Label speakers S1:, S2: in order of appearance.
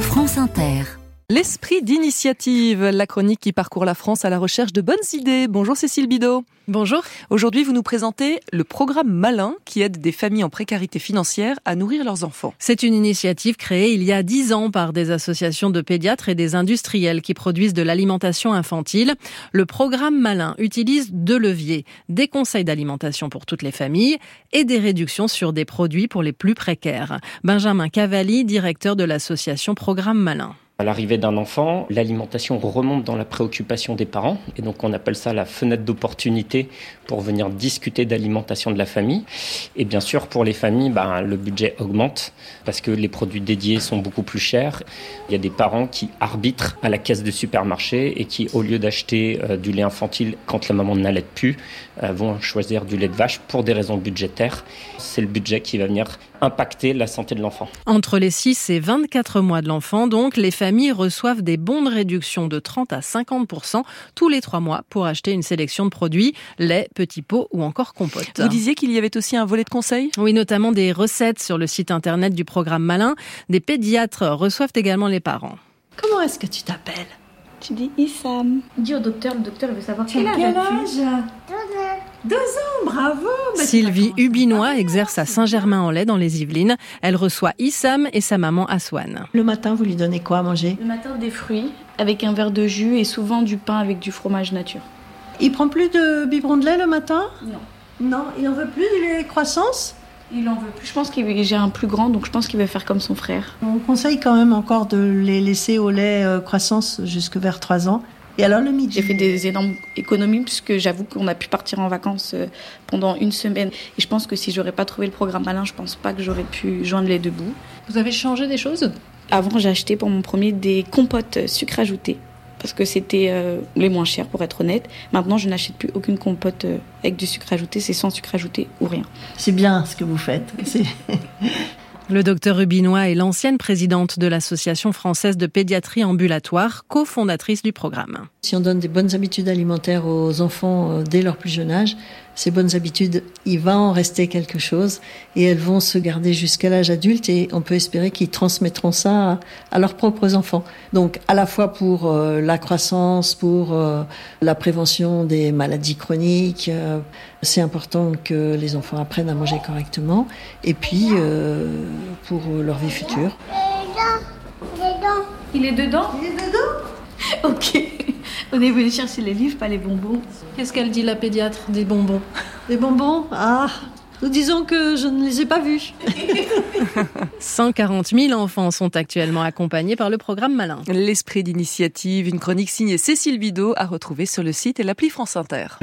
S1: France Inter.
S2: L'esprit d'initiative, la chronique qui parcourt la France à la recherche de bonnes idées. Bonjour Cécile Bidot.
S3: Bonjour.
S2: Aujourd'hui, vous nous présentez le programme Malin qui aide des familles en précarité financière à nourrir leurs enfants.
S3: C'est une initiative créée il y a dix ans par des associations de pédiatres et des industriels qui produisent de l'alimentation infantile. Le programme Malin utilise deux leviers, des conseils d'alimentation pour toutes les familles et des réductions sur des produits pour les plus précaires. Benjamin Cavalli, directeur de l'association Programme Malin.
S4: À l'arrivée d'un enfant, l'alimentation remonte dans la préoccupation des parents. Et donc, on appelle ça la fenêtre d'opportunité pour venir discuter d'alimentation de la famille. Et bien sûr, pour les familles, ben, le budget augmente parce que les produits dédiés sont beaucoup plus chers. Il y a des parents qui arbitrent à la caisse du supermarché et qui, au lieu d'acheter euh, du lait infantile quand la maman n'allait plus, euh, vont choisir du lait de vache pour des raisons budgétaires. C'est le budget qui va venir impacter la santé de l'enfant.
S3: Entre les 6 et 24 mois de l'enfant, donc, les familles reçoivent des bons de réduction de 30 à 50 tous les trois mois pour acheter une sélection de produits, lait, petits pots ou encore compote.
S2: Vous disiez qu'il y avait aussi un volet de conseils
S3: Oui, notamment des recettes sur le site internet du programme Malin. Des pédiatres reçoivent également les parents.
S5: Comment est-ce que tu t'appelles
S6: Tu dis Issam.
S7: Dis au docteur, le docteur veut savoir
S5: Quel
S7: quel
S5: âge
S7: âge
S5: as-tu Deux ans, bravo Bah, tu
S3: Sylvie
S5: vas commencer.
S3: Hubinois exerce à Saint-Germain-en-Laye dans les Yvelines. Elle reçoit Issam et sa maman Aswan.
S5: Le matin, vous lui donnez quoi à manger
S7: Le matin, des fruits avec un verre de jus et souvent du pain avec du fromage nature.
S5: Il prend plus de biberon de lait le matin
S7: Non.
S5: Non, il en veut plus du lait croissance
S7: Il en veut plus. Je pense qu'il j'ai un plus grand, donc je pense qu'il va faire comme son frère.
S5: On conseille quand même encore de les laisser au lait euh, croissance jusque vers 3 ans. Et alors le midi
S7: J'ai fait des énormes économies puisque j'avoue qu'on a pu partir en vacances euh, pendant une semaine. Et je pense que si j'aurais pas trouvé le programme Malin, je pense pas que j'aurais pu joindre les deux bouts.
S8: Vous avez changé des choses
S7: Avant, j'ai acheté pour mon premier des compotes sucre ajouté parce que c'était euh, les moins chers pour être honnête. Maintenant, je n'achète plus aucune compote euh, avec du sucre ajouté, c'est sans sucre ajouté ou rien.
S5: C'est bien ce que vous faites. C'est-
S3: Le docteur Hubinois est l'ancienne présidente de l'Association française de pédiatrie ambulatoire, cofondatrice du programme.
S9: Si on donne des bonnes habitudes alimentaires aux enfants euh, dès leur plus jeune âge, ces bonnes habitudes, il va en rester quelque chose et elles vont se garder jusqu'à l'âge adulte et on peut espérer qu'ils transmettront ça à, à leurs propres enfants. Donc à la fois pour euh, la croissance, pour euh, la prévention des maladies chroniques, euh, c'est important que les enfants apprennent à manger correctement et puis euh, pour leur vie future.
S7: Il est dedans
S5: Il est dedans
S7: Ok. On est venu chercher les livres, pas les bonbons.
S8: Qu'est-ce qu'elle dit la pédiatre des bonbons
S5: Des bonbons Ah Nous disons que je ne les ai pas vus.
S3: 140 000 enfants sont actuellement accompagnés par le programme Malin.
S2: L'esprit d'initiative, une chronique signée Cécile Bidot à retrouver sur le site et l'appli France Inter.